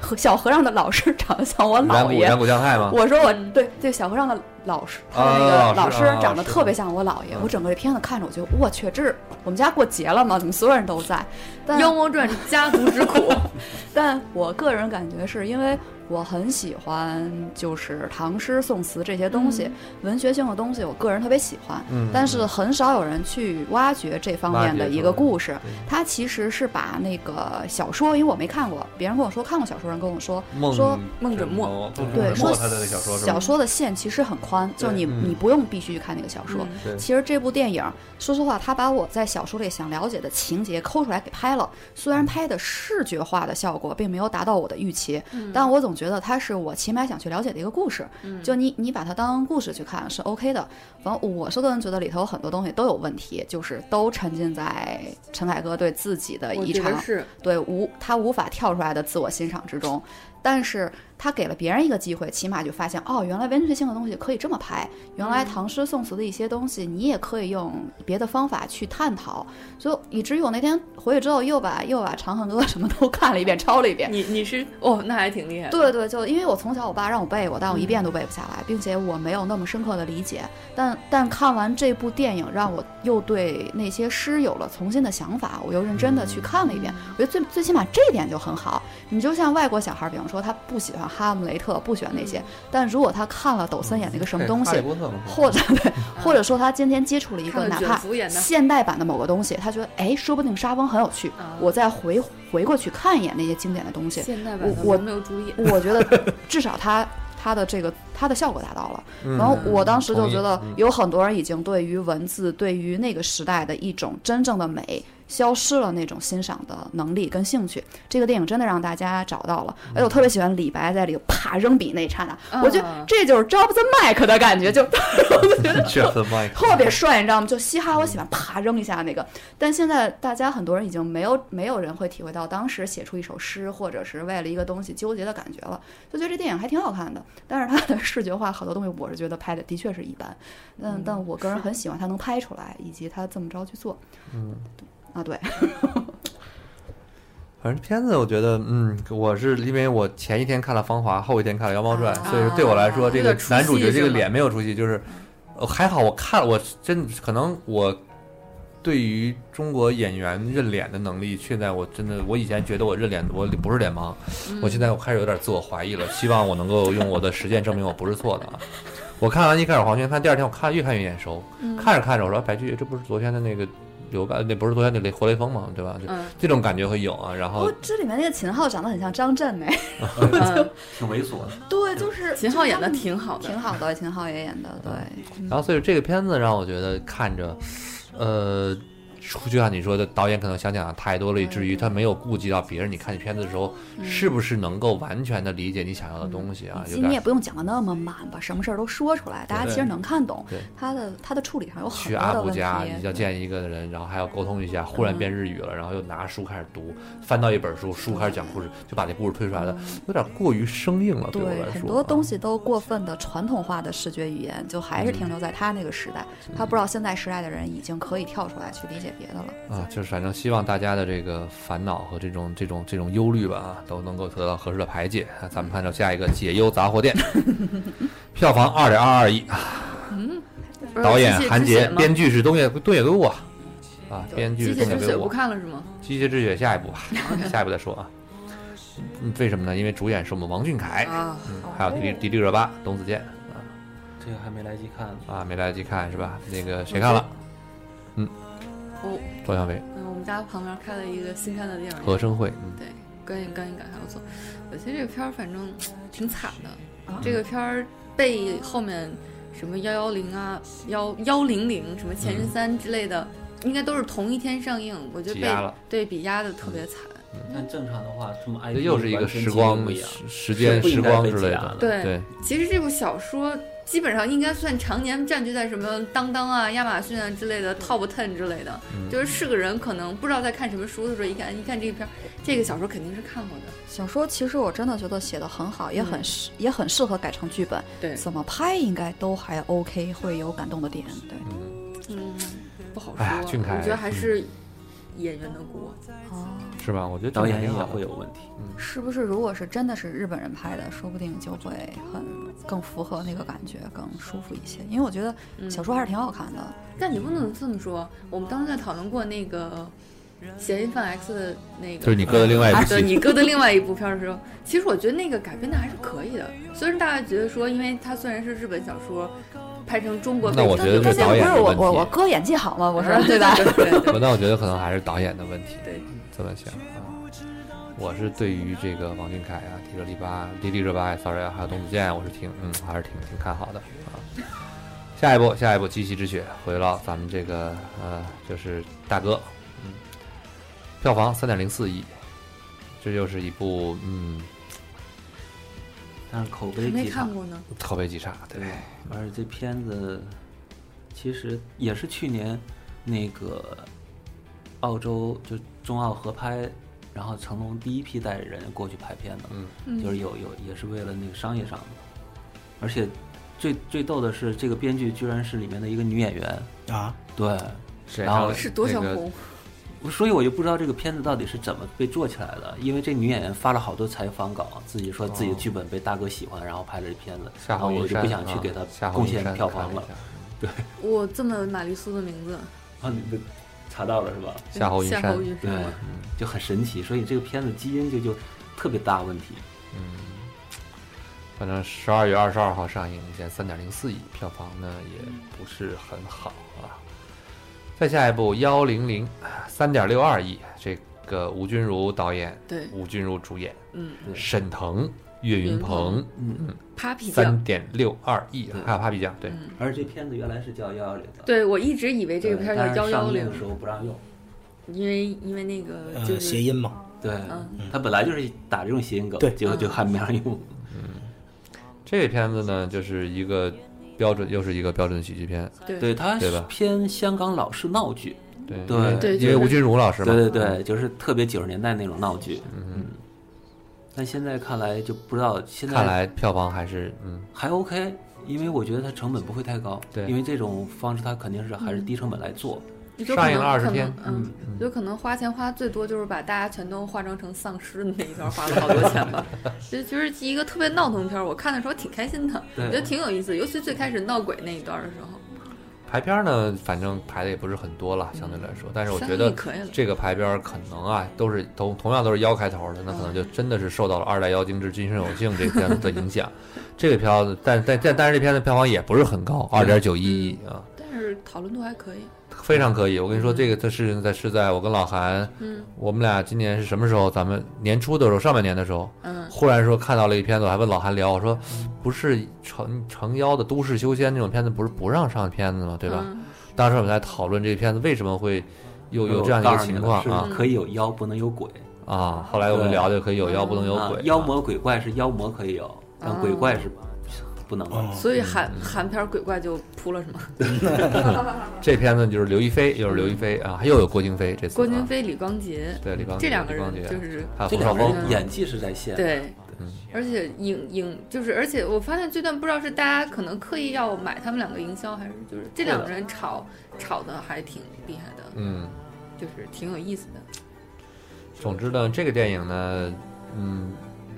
和小和尚的老师长得像我染姥谷爷，染谷将太 吗？我说我嗯对对小和尚的老师，他啊的那个老老师师啊老长得师特别像我姥爷，我整个这片子看着我就我去，这是我们家过节了吗？怎么所有人都在？但妖猫传》家 族之 苦，但我个人感觉是因为我很喜欢就是唐诗宋词这些东西，文学性的东西，我个人特别喜欢。嗯但是很少有人去挖掘这方面的一个故事掘出来对。它其实是把那个小说，因为我没看过，别人跟我说看过小说，人跟我说梦说梦枕墨，对，说他的那小说是吧小说的线其实很宽，就你嗯你不用必须去看那个嗯小说。对其实这部电影，说实话，他把我在小说里想了解的情节抠出来给拍了。虽然拍的视觉化的效果并没有达到我的预期，但我总觉得它是我起码想去了解的一个故事。就你你把它当故事去看是 OK 的。反正我是个人觉得里头很多东西都有问题，就是都沉浸在陈凯歌对自己的我一觉场得是对无他无法跳出来的自我欣赏之中。但是他给了别人一个机会，起码就发现哦，原来文学性的东西可以这么拍，原来唐诗宋词的一些东西，你也可以用别的方法去探讨。所以以至于我那天回去之后，又把又把《长恨歌》什么都看了一遍，抄了一遍。你你是哦，那还挺厉害的。 对对，就因为我从小我爸让我背过，但我一遍都背不下来，并且我没有那么深刻的理解。但但看完这部电影，让我又对那些诗有了重新的想法，我又认真的去看了一遍。我觉得最最起码这一点就很好。你就像外国小孩儿，比方说他不喜欢哈姆雷特，不喜欢那嗯些，但如果他看了抖森演的一个什么东嗯哈利西，波特嘛或者对，或者说他今天接触了一个看了哪卷怕福演的现代版的某个东西，他觉得哎，说不定沙翁很有趣啊，我再回回过去看一眼那些经典的东西，现代版的我我没有注意，我觉得至少他他的这个他的效果达到了。然 后我当时就觉得同嗯意嗯有很多人已经对于文字、对于那个时代的一种真正的美消失了那种欣赏的能力跟兴趣。这个电影真的让大家找到了，哎而且我嗯特别喜欢李白在里头啪扔笔那一刹那，我觉啊得这就是 drop the mic 的感觉，就 Jeff and Mike 特别帅，你知道吗？就嘻哈，我喜欢啪扔一下那个。但现在大家很多人已经没有没有人会体会到当时写出一首诗，或者是为了一个东西纠结的感觉了，就觉得这电影还挺好看的。但是它的视觉化好多东西，我是觉得拍的的确是一般。嗯，但我个人很喜欢它能拍出来，以及它这么着去做。嗯，啊对，反正片子我觉得，嗯，我是因为我前一天看了《芳华》，后一天看了《妖猫传》，所以说对我来说，这个啊有点出戏嗯男主角这个是吗脸没有出息，就是、呃还好我看了，我真可能我对于中国演员认脸的能力，现在我真的我以前觉得我认脸我不是脸盲，嗯我现在我开始有点自我怀疑了，希望我能够用我的实践证明我不是错的啊。我看完一开始黄轩看，第二天我看越看越眼熟，嗯看着看着我说哎白居易这不是昨天的那个刘干那不是昨天的雷活雷锋吗？对吧？就嗯这种感觉会有啊，然不后过哦这里面那个秦昊长得很像张震哎， 嗯挺猥琐的。对，就是秦昊演的挺好的挺。好的，秦昊也演的对，然后所以这个片子让我觉得看着，呃，出就像你说的，导演可能想讲的太多了，以至于他没有顾及到别人。你看这片子的时候，嗯是不是能够完全的理解你想要的东西啊？以有及你也点嗯不用讲的那么满吧，什么事儿都说出来，大家其实能看懂对。他的他的处理上有很去多阿的布问题。家，你要见一个人，然后还要沟通一下，忽然变日语了，然后又拿书开始读，翻到一本书，书开始讲故事，就把这故事推出来了，有点过于生硬了。对我来说，嗯啊很多东西。西都过分的传统化的视觉语言，就还是嗯停留在他那个时代。他不知道现代时代的人已经可以跳出来去理解别的了。啊，就是反正希望大家的这个烦恼和这种这种这种忧虑吧啊，都能够得到合适的排解。啊咱们看到下一个解忧 杂货店，票房二点二二亿，啊不是导演机械韩之血杰，吗编剧是东野东野圭吾啊，啊，编机剧是东械野之圭血吾不。看了是吗？机械之血下一部吧，下一部再说啊。嗯为什么呢？因为主演是我们王俊凯，啊，嗯还有迪丽迪丽热巴、董子健这个还没来得及看，嗯啊，没来得及看是吧？那个谁看了？嗯，我周小伟、嗯，我们家旁边开了一个新开的电影何院，生慧，嗯，对，观影观影感还不错。我觉得这个片儿反正挺惨的，这个片儿被后面什么幺幺零啊、幺幺零零、什么前嗯任三之类的，应该都是同一天上映，我觉得挤压了被对比压的特别惨。但正常的话，他们 IP 这又是一个完全时结构光不一样时时间是不应时该光被之挤类压的的。对嗯对，其实这部小说基本上应该算常年占据在什么当当啊、亚马逊啊之类的 top ten 之类的，嗯就是是个人可能不知道在看什么书的时候，一看一看这个片儿，这个小说肯定是看过的。小说其实我真的觉得写的很好，也很嗯适、也很适合改成剧本，对，怎么拍应该都还 OK，会有感动的点。对，嗯，不好说。哎呀俊凯我觉得还是演员的锅。嗯哦，是吧？我觉得导演也也会有问题。是不是如果是真的是日本人拍的，说不定就会很更符合那个感觉，更舒服一些。因为我觉得小说还是挺好看的。但你不能这么说。我们当时在讨论过那个《嫌疑犯 X》的那个，就是你搁的另外一部啊，戏对你搁的另外一部片儿的时候，其实我觉得那个改编的还是可以的。虽然大家觉得说，因为它虽然是日本小说，拍成中国那背景我觉得但这是不导演是的我问我题我哥演技好吗？我说但是 对吧？对对对 那我觉得可能还是导演的问题。对，这么想啊。我是对于这个王俊凯啊、迪丽热巴、迪丽热巴、sorry 啊，还有董子健，我是挺嗯，还是挺挺看好的啊。下一步，下一步，机器之血回到咱们这个呃，就是大哥，嗯，票房三点零四亿，这就是一部嗯，但是口碑还没极差看，过呢。口碑极差，对，嗯而且这片子其实也是去年那个澳洲就中澳合拍然后成龙第一批带人过去拍片的，嗯就是有有也是为了那个商业上的，而且最最逗的是，这个编剧居然是里面的一个女演员，啊，对，谁然后啊是多少？那个红？所以我就不知道这个片子到底是怎么被做起来的，因为这女演员发了好多采访稿，自己说自己的剧本被大哥喜欢，然后拍了这片子，夏然后侯云我就山不想去啊给她夏侯贡云献山票看房了一下。嗯我这么玛丽苏的名字，啊，你被查到了是吧？夏侯云夏山侯，云对山吗，就很神奇，所以这个片子基因就就特别大问题。反正十二月二十二号上映，目前三点零四亿，票房呢也嗯不是很好啊。再下一部幺零零三点六二亿，这个吴君如导演，对，吴君如主演，嗯对沈腾、岳岳云云鹏，嗯， ，Papi 酱三，点六二亿，啊对还有芭比酱，对，嗯而且这片子原来是叫幺幺零的，对我一直以为这个对片但儿是叫幺上幺映零的，时候不让用，因为因为那个就呃，是谐音嘛，对嗯，他本来就是打这种谐音梗，对结果就还没让用。这片子呢就是一个标准，又是一个标准喜剧片，对对，他对吧偏香港老式闹剧，对对因为对因为就是吴君如老师嘛，嗯对对对，就是特别九十年代那种闹剧。嗯，但现在看来就不知道，现看在来票房还是嗯，还 OK，因为我觉得它成本不会太高。对因为这种方式它肯定是还是低成本来做。你就上可映了能20可能天嗯，有可能花钱花最多就是把大家全都化妆成丧尸的那一段花了好多钱吧。其实其实一个特别闹腾的片儿，我看的时候挺开心的，对我觉得挺有意思，尤其最开始闹鬼那一段的时候，排片呢反正排的也不是很多了，相对来说，但是我三觉个得亿可以了。这个排边可能啊，都是同同样都是妖开头的，那可能就真的是受到了二代妖精之君生有幸这片子的影响。这个票子，但但但但是这片子票房也不是很高，二点九一亿啊，但是讨论度还可以，非常可以。我跟你说，这个它是在是在我跟老韩，嗯我们俩今年是什么时候？咱们年初的时候，上半年的时候，嗯忽然说看到了一片子，我还问老韩聊，我说不是成成妖的都市修仙这种片子，不是不让上片子吗？对吧？嗯当时我们在讨论这片子为什么会有有这样的一个告诉你情了况啊。是可以有妖，不能有鬼。啊，后来我们对聊的可以有妖不能有啊鬼，妖魔鬼怪是妖魔可以有，但鬼怪是不能的。哦，所嗯以韩韩片儿鬼怪就扑了是吗？啊这片子就是刘亦菲，又是刘亦菲啊，又有郭京飞这次啊，郭京飞、李光洁对李光洁这两个人李光洁就是还有这洪少两个峰人演技是在线。，对嗯，而且影影就是，而且我发现最段不知道是大家可能刻意要买他们两个营销，还是就是这两个人炒炒的还挺厉害的，嗯，就是挺有意思的。总之呢，这个电影呢，嗯，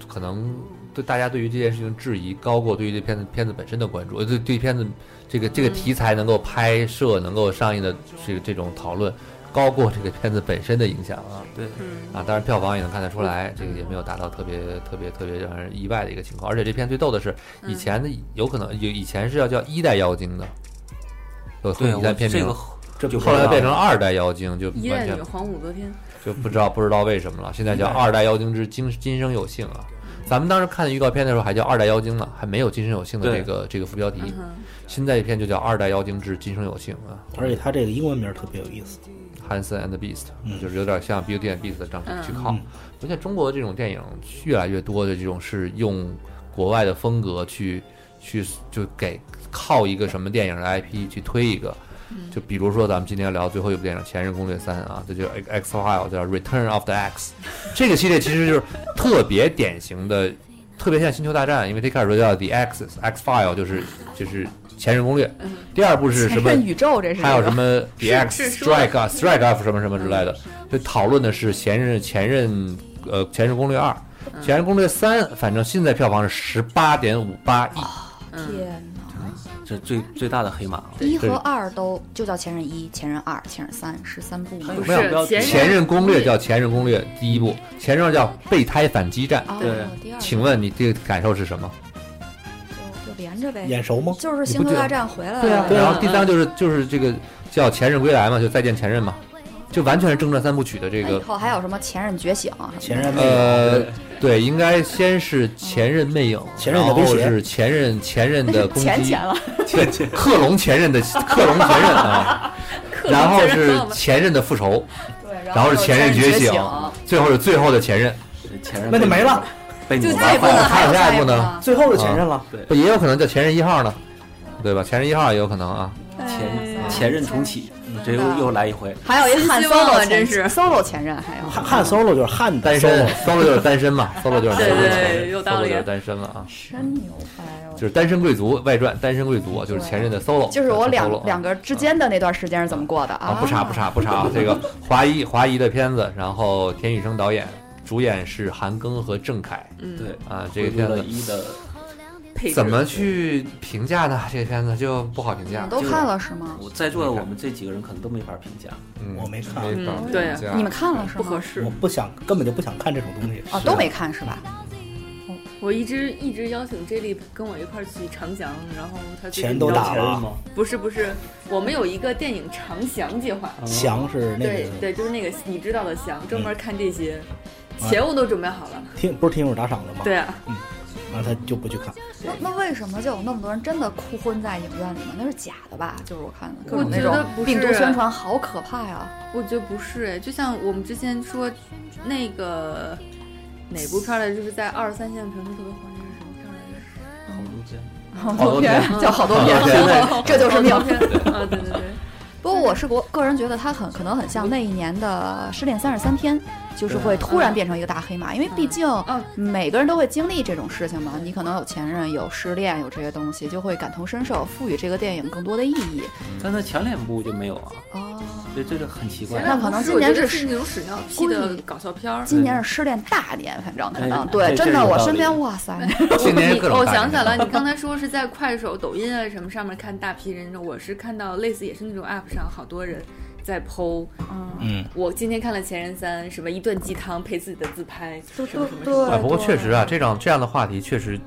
可能对大家对于这件事情质疑高过对于这片子片子本身的关注，呃，对对片子这个这个题材能够拍摄、能够上映的这个这种讨论，高过这个片子本身的影响啊。对嗯，啊，当然票房也能看得出来，这个也没有达到特别特别特别让人意外的一个情况。而且这片最逗的是，嗯以前的有可能有以前是要叫一代妖精的，有对，一代我片这名个，这就后来变不知道成了二代妖精，就一完代全女皇武则天，就不知道不知道为什么了。现在叫二代妖精之今今生有幸啊。咱们当时看预告片的时候还叫二代妖精呢，还没有今生有幸的对这个这个副标题嗯。哼，现在这片就叫二代妖精之今生有幸啊。而且他这个英文名儿特别有意思， Hanson and the Beast，、嗯就是有点像 Beauty and Beast 的这样去靠嗯。我现在中国的这种电影越来越多的这种是用国外的风格去去就给靠一个什么电影的 IP 去推一个。就比如说咱们今天要聊最后一部电影《前任攻略三》啊，这就 X File 叫 Return of the X，这个系列其实就是特别典型的，特别像《星球大战》，因为它一开始说叫 The X X File，就是就是前任攻略。第二部是什么？看宇宙这是一个还有什么 DX 是是说 Strike Up- Strike Up 什么什么之类的，就讨论的是前任前任呃前任攻略二，前任攻略三，反正现在票房是十八点五八亿，嗯天哪！这最最大的黑马了。一和二都就叫前任一、前任二、前任三，十三部嘛还有。没有目标前前任攻略叫前任攻略第一部，前任叫备胎反击战。对哦，第二部请问你这个感受是什么？就就连着呗，眼熟吗？就是星球大战回来了。对啊然后第三就是就是这个叫前任归来嘛，就再见前任嘛，就完全是正传三部曲的这那个以后还有什么前任觉醒啊？什么前的任那个呃，对，应该先是前任魅影，前任的然威后胁是前任前任那的是攻 前击前，了，对克隆前任的克隆前任 啊，然后是前任的复仇，对，然后是前任觉醒，最后是最后的前任，前任那就被没抹了，被抹就白再也不能了。还有下一步呢啊呢？最后的前任了，不也有可能叫前任一号呢，对吧？前任一号也有可能啊，前前任重启，嗯这又又来一回。还有一信汉息旺 solo 啊前真是 solo 前任，还有汉汉 solo 就是汉的单 solo，身 solo 就是单身 嘛，solo 就是单身，对对对有道理 solo 就是单身了啊，真牛掰哦！就是《单身贵族外传》，单身贵族啊就是前任的 solo，就是我两 solo 啊两个之间的那段时间是怎么过的啊，不查不查不查，这个华谊华谊的片子，然后田雨生导演，主演是韩庚和郑恺嗯，对，啊，这个回片归了子一的，配置怎么去评价呢？这个片子就不好评价你，都看了是吗？我在座的我们这几个人可能都没法评价。嗯我没看没法嗯评对啊价你们看了是不吗？合适我？不想根本就不想看这种东西。哦啊，都没看是吧？我一直一直邀请 J 莉跟我一块儿去长翔，然后他最近钱都邀打请了啊吗？不是不是，我们有一个电影长翔计划，翔是那对个对，就是那个你知道的翔，专嗯门看这些，哎啊钱我都准备好了。听不是听友打赏的吗？对哦啊，然后他就不去看。那那为什么就有那么多人真的哭昏在影院里面？那是假的吧？就是我看的各我种那觉得不是种病毒宣传，好可怕呀！我觉得不是哎，就像我们之前说那个哪部片儿来着，就是在二三线评分特别火，那是什么片儿来着？好多见。好 多片片叫好多片好多片，哦 这就是命好。多片啊！对对 对，不过嗯我是我个人觉得它很可能很像那一年的《失恋三十三天》，就是会突嗯然变成一个大黑马，因为毕竟嗯每个人都会经历这种事情嘛。你可能有前任，有失恋，有这些东西，就会感同身受，赋予这个电影更多的意义。但是前两部就没有啊，哦，这这就很奇怪前。啊那两可能部今年我觉得是是那种屎尿屁的搞笑片儿。今年是失恋大年，反正可能哎对，这真这的，有我道身理嗯边哇塞，今年各 种我大想片起来了，你刚才说是在快手、抖音啊什么上面看大批人，我是看到类似也是那种 app 上好多人在 PO，嗯，嗯，我今天看了《前任三》，什么一顿鸡汤配自己的自拍，什对么什么什么。对啊，不过确实啊，这种这样的话题确实，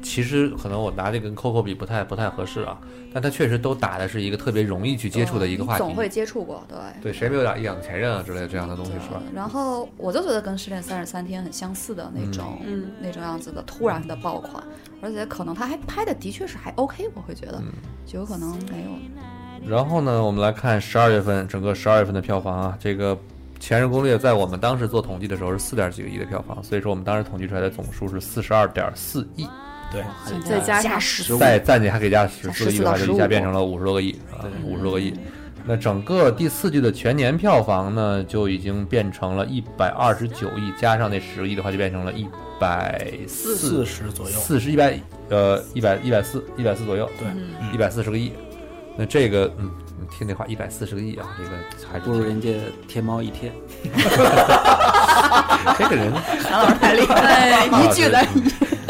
其实可能我拿这跟 Coco 比不太不太合适啊，但它确实都打的是一个特别容易去接触的一个啊话题。总会接触过，对。对，谁没有点一两前任啊之类的这样的东西是吧？然后我就觉得跟《失恋三十三天》很相似的那种、嗯嗯那种样子的突然的爆款，而且可能他还拍的的确是还 OK，我会觉嗯得，就有可能没有。啊然后呢，我们来看十二月份整个十二月份的票房啊，这个《前任攻略》在我们当时做统计的时候是四点几个亿的票房，所以说我们当时统计出来的总数是四十二点四亿，对，再加上十再暂且还给加十四个亿14的到话，就一下15变成了五十多个亿啊，五十多个亿。那整个第四季的全年票房呢，就已经变成了一百二十九亿，加上那十个亿的话，就变成了一百四十左右。四十一百呃一百一百四一百四左右，对一百四十个亿。那这个嗯，你听这话，一百四十个亿啊，这个还是不如人家天猫一天，这个 人哎，一句的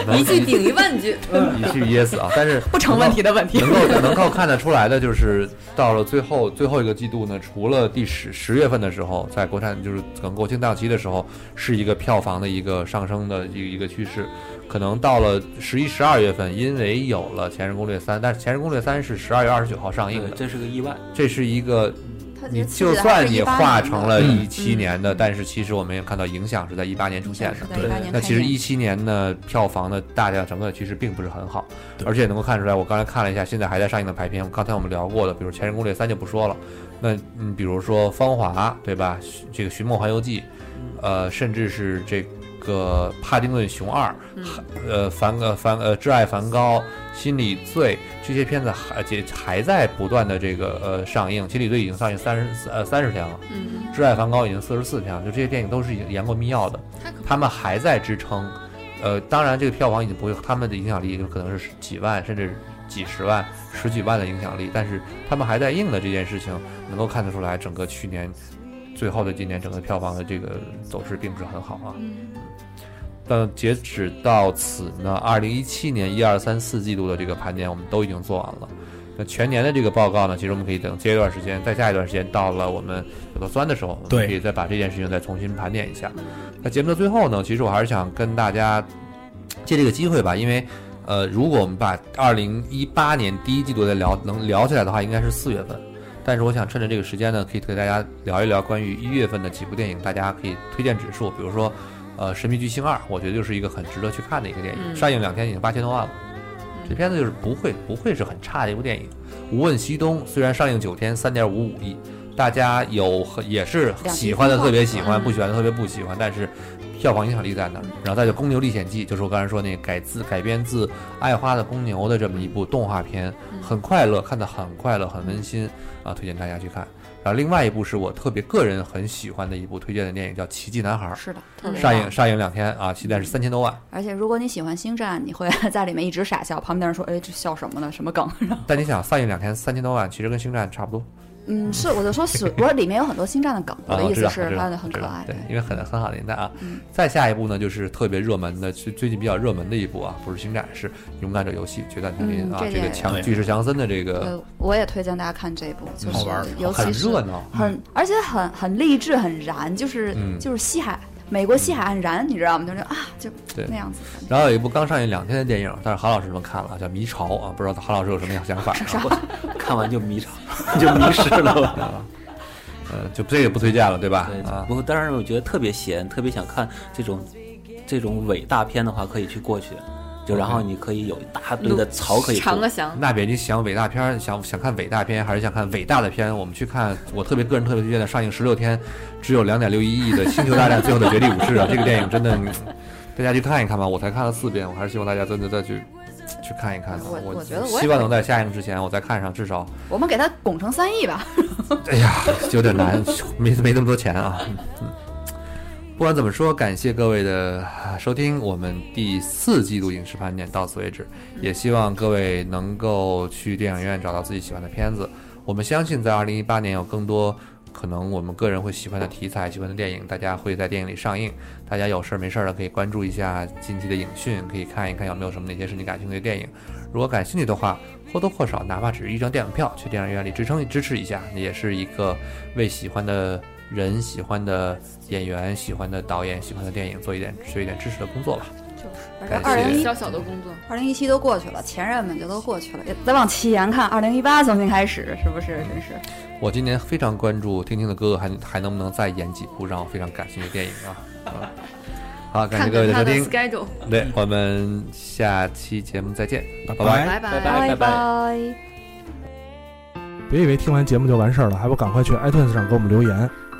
嗯 一句顶一万 句，一句噎死啊，但是不成问题的问题能够能够看得出来的就是，到了最后最后一个季度呢，除了第十十月份的时候，在国产就是可能国庆档期的时候，是一个票房的一个上升的一个一个趋势。可能到了十一、十二月份，因为有了《前任攻略三》，但是《前任攻略三》是十二月二十九号上映对，的，这是个意外。 这是一个它其你实就刺激的还算是你18画年成的了嗯一七年的，但是其实我们也看到影响是在一八年出现的是。在18年那其实开始一七年呢，票房的大量整个的趋势并不是很好，对而且能够看出来，我刚才看了一下，现在还在上映的排片，刚才我们聊过的，比如《前任攻略三》就不说了，那嗯，比如说《芳华》，对吧？寻这个《寻梦环游记》，呃，甚至是这个《帕丁顿熊二》呃，梵呃梵呃，挚爱梵高、心理罪这些片子还而且还在不断的这个呃上映，心理罪已经上映三十呃三十天了，嗯，挚爱梵高已经四十四天了，就这些电影都是已经延过密钥的，太可怕他们还在支撑。呃，当然这个票房已经不会，他们的影响力就可能是几万甚至几十万、十几万的影响力，但是他们还在硬的这件事情，能够看得出来，整个去年最后的今年整个票房的这个走势并不是很好啊。但截止到此呢，二零一七年一二三四季度的这个盘点我们都已经做完了。那全年的这个报告呢，其实我们可以等接一段时间，再下一段时间到了我们有个酸的时候，我对们可以再把这件事情再重新盘点一下。那节目的最后呢，其实我还是想跟大家借这个机会吧，因为呃，如果我们把二零一八年第一季度再聊能聊起来的话，应该是四月份。但是我想趁着这个时间呢，可以给大家聊一聊关于一月份的几部电影，大家可以推荐指数，比如说，呃，《神秘巨星二》，我觉得就是一个很值得去看的一个电影，嗯上映两天已经八千多万了。这片子就是不会不会是很差的一部电影，《无问西东》虽然上映九天，三点五五亿，大家有很也是喜欢的特别喜欢，嗯不喜欢的特别不喜欢，但是票房影响力在那儿。然后再就《公牛历险记》，就是我刚才说那改自改编自爱花的公牛的这么一部动画片，嗯很快乐，看得很快乐，很温馨啊，推荐大家去看。然后另外一部是我特别个人很喜欢的一部推荐的电影，叫《奇迹男孩》，是的，特别上棒映上映两天啊，期待是三千多万。而且如果你喜欢星战，你会 在里面一直傻笑，旁边的人说：“哎，这笑什么呢？什么梗 嗯但你想，上映两天三千多万，其实跟星战差不多。？”嗯，是，我就说是，我里面有很多星战的梗。我啊，的我意知思道，是我知道它很我知可道爱。对，因为很很好的年代啊。嗯再下一部呢，就是特别热门的，最最近比较热门的一部啊，不是星战，是《勇敢者游戏：决战丛林》嗯啊，这这个个强对巨石强森的这呃个，我也推荐大家看这一部，就好是玩儿尤很其是热闹。很，而且很很励志，很燃，就是、嗯就是西海美国西海岸燃，你知道吗？就是啊，就对那样子。然后有一部刚上映两天的电影，但是韩老师们看了啊，叫《迷巢》啊，不知道韩老师有什么样想法啊？看完就迷上，就迷失了吧。 呃，就这个不推荐了，对吧？对，啊，不过当然我觉得特别闲，特别想看这种这种伟大片的话，可以去过去，就然后你可以有一大堆的槽可以吐尝个翔，那别你想伟大片儿，想想看伟大片，还是想看伟大的片？我们去看，我特别个人特别推荐的，上映十六天，只有两点六一亿的《星球大战：最后的绝地武士》啊，这个电影真的，大家去看一看吧。我才看了四遍，我还是希望大家真的再去去看一看的。我我我觉得我也希望能在下映之前，我再看上，至少我们给它拱成三亿吧。哎呀，有点难，没没那么多钱啊。嗯不管怎么说，感谢各位的啊收听，我们第四季度影视盘点到此为止，也希望各位能够去电影院找到自己喜欢的片子。我们相信，在二零一八年有更多可能我们个人会喜欢的题材、喜欢的电影，大家会在电影里上映。大家有事儿没事儿的可以关注一下近期的影讯，可以看一看有没有什么哪些是你感兴趣的电影。如果感兴趣的话，或多或少，哪怕只是一张电影票，去电影院里支撑支持一下，也是一个为喜欢的人、喜欢的演员、喜欢的导演、喜欢的电影做一点做一点支持的工作吧。反正感二零谢一小小的工作，二零一七都过去了，前任们就都过去了，也再往前看，二零一八从新开始，是不是？真是我今年非常关注《听听的哥哥还》还能不能再演几部让我非常感兴趣的电影啊！啊好，感谢看各位看的他收的听， schedule，对我们下期节目再见，拜哎拜。拜拜拜拜拜拜。别以为听完节目就完事儿了，还不赶快去 iTunes 上给我们留言。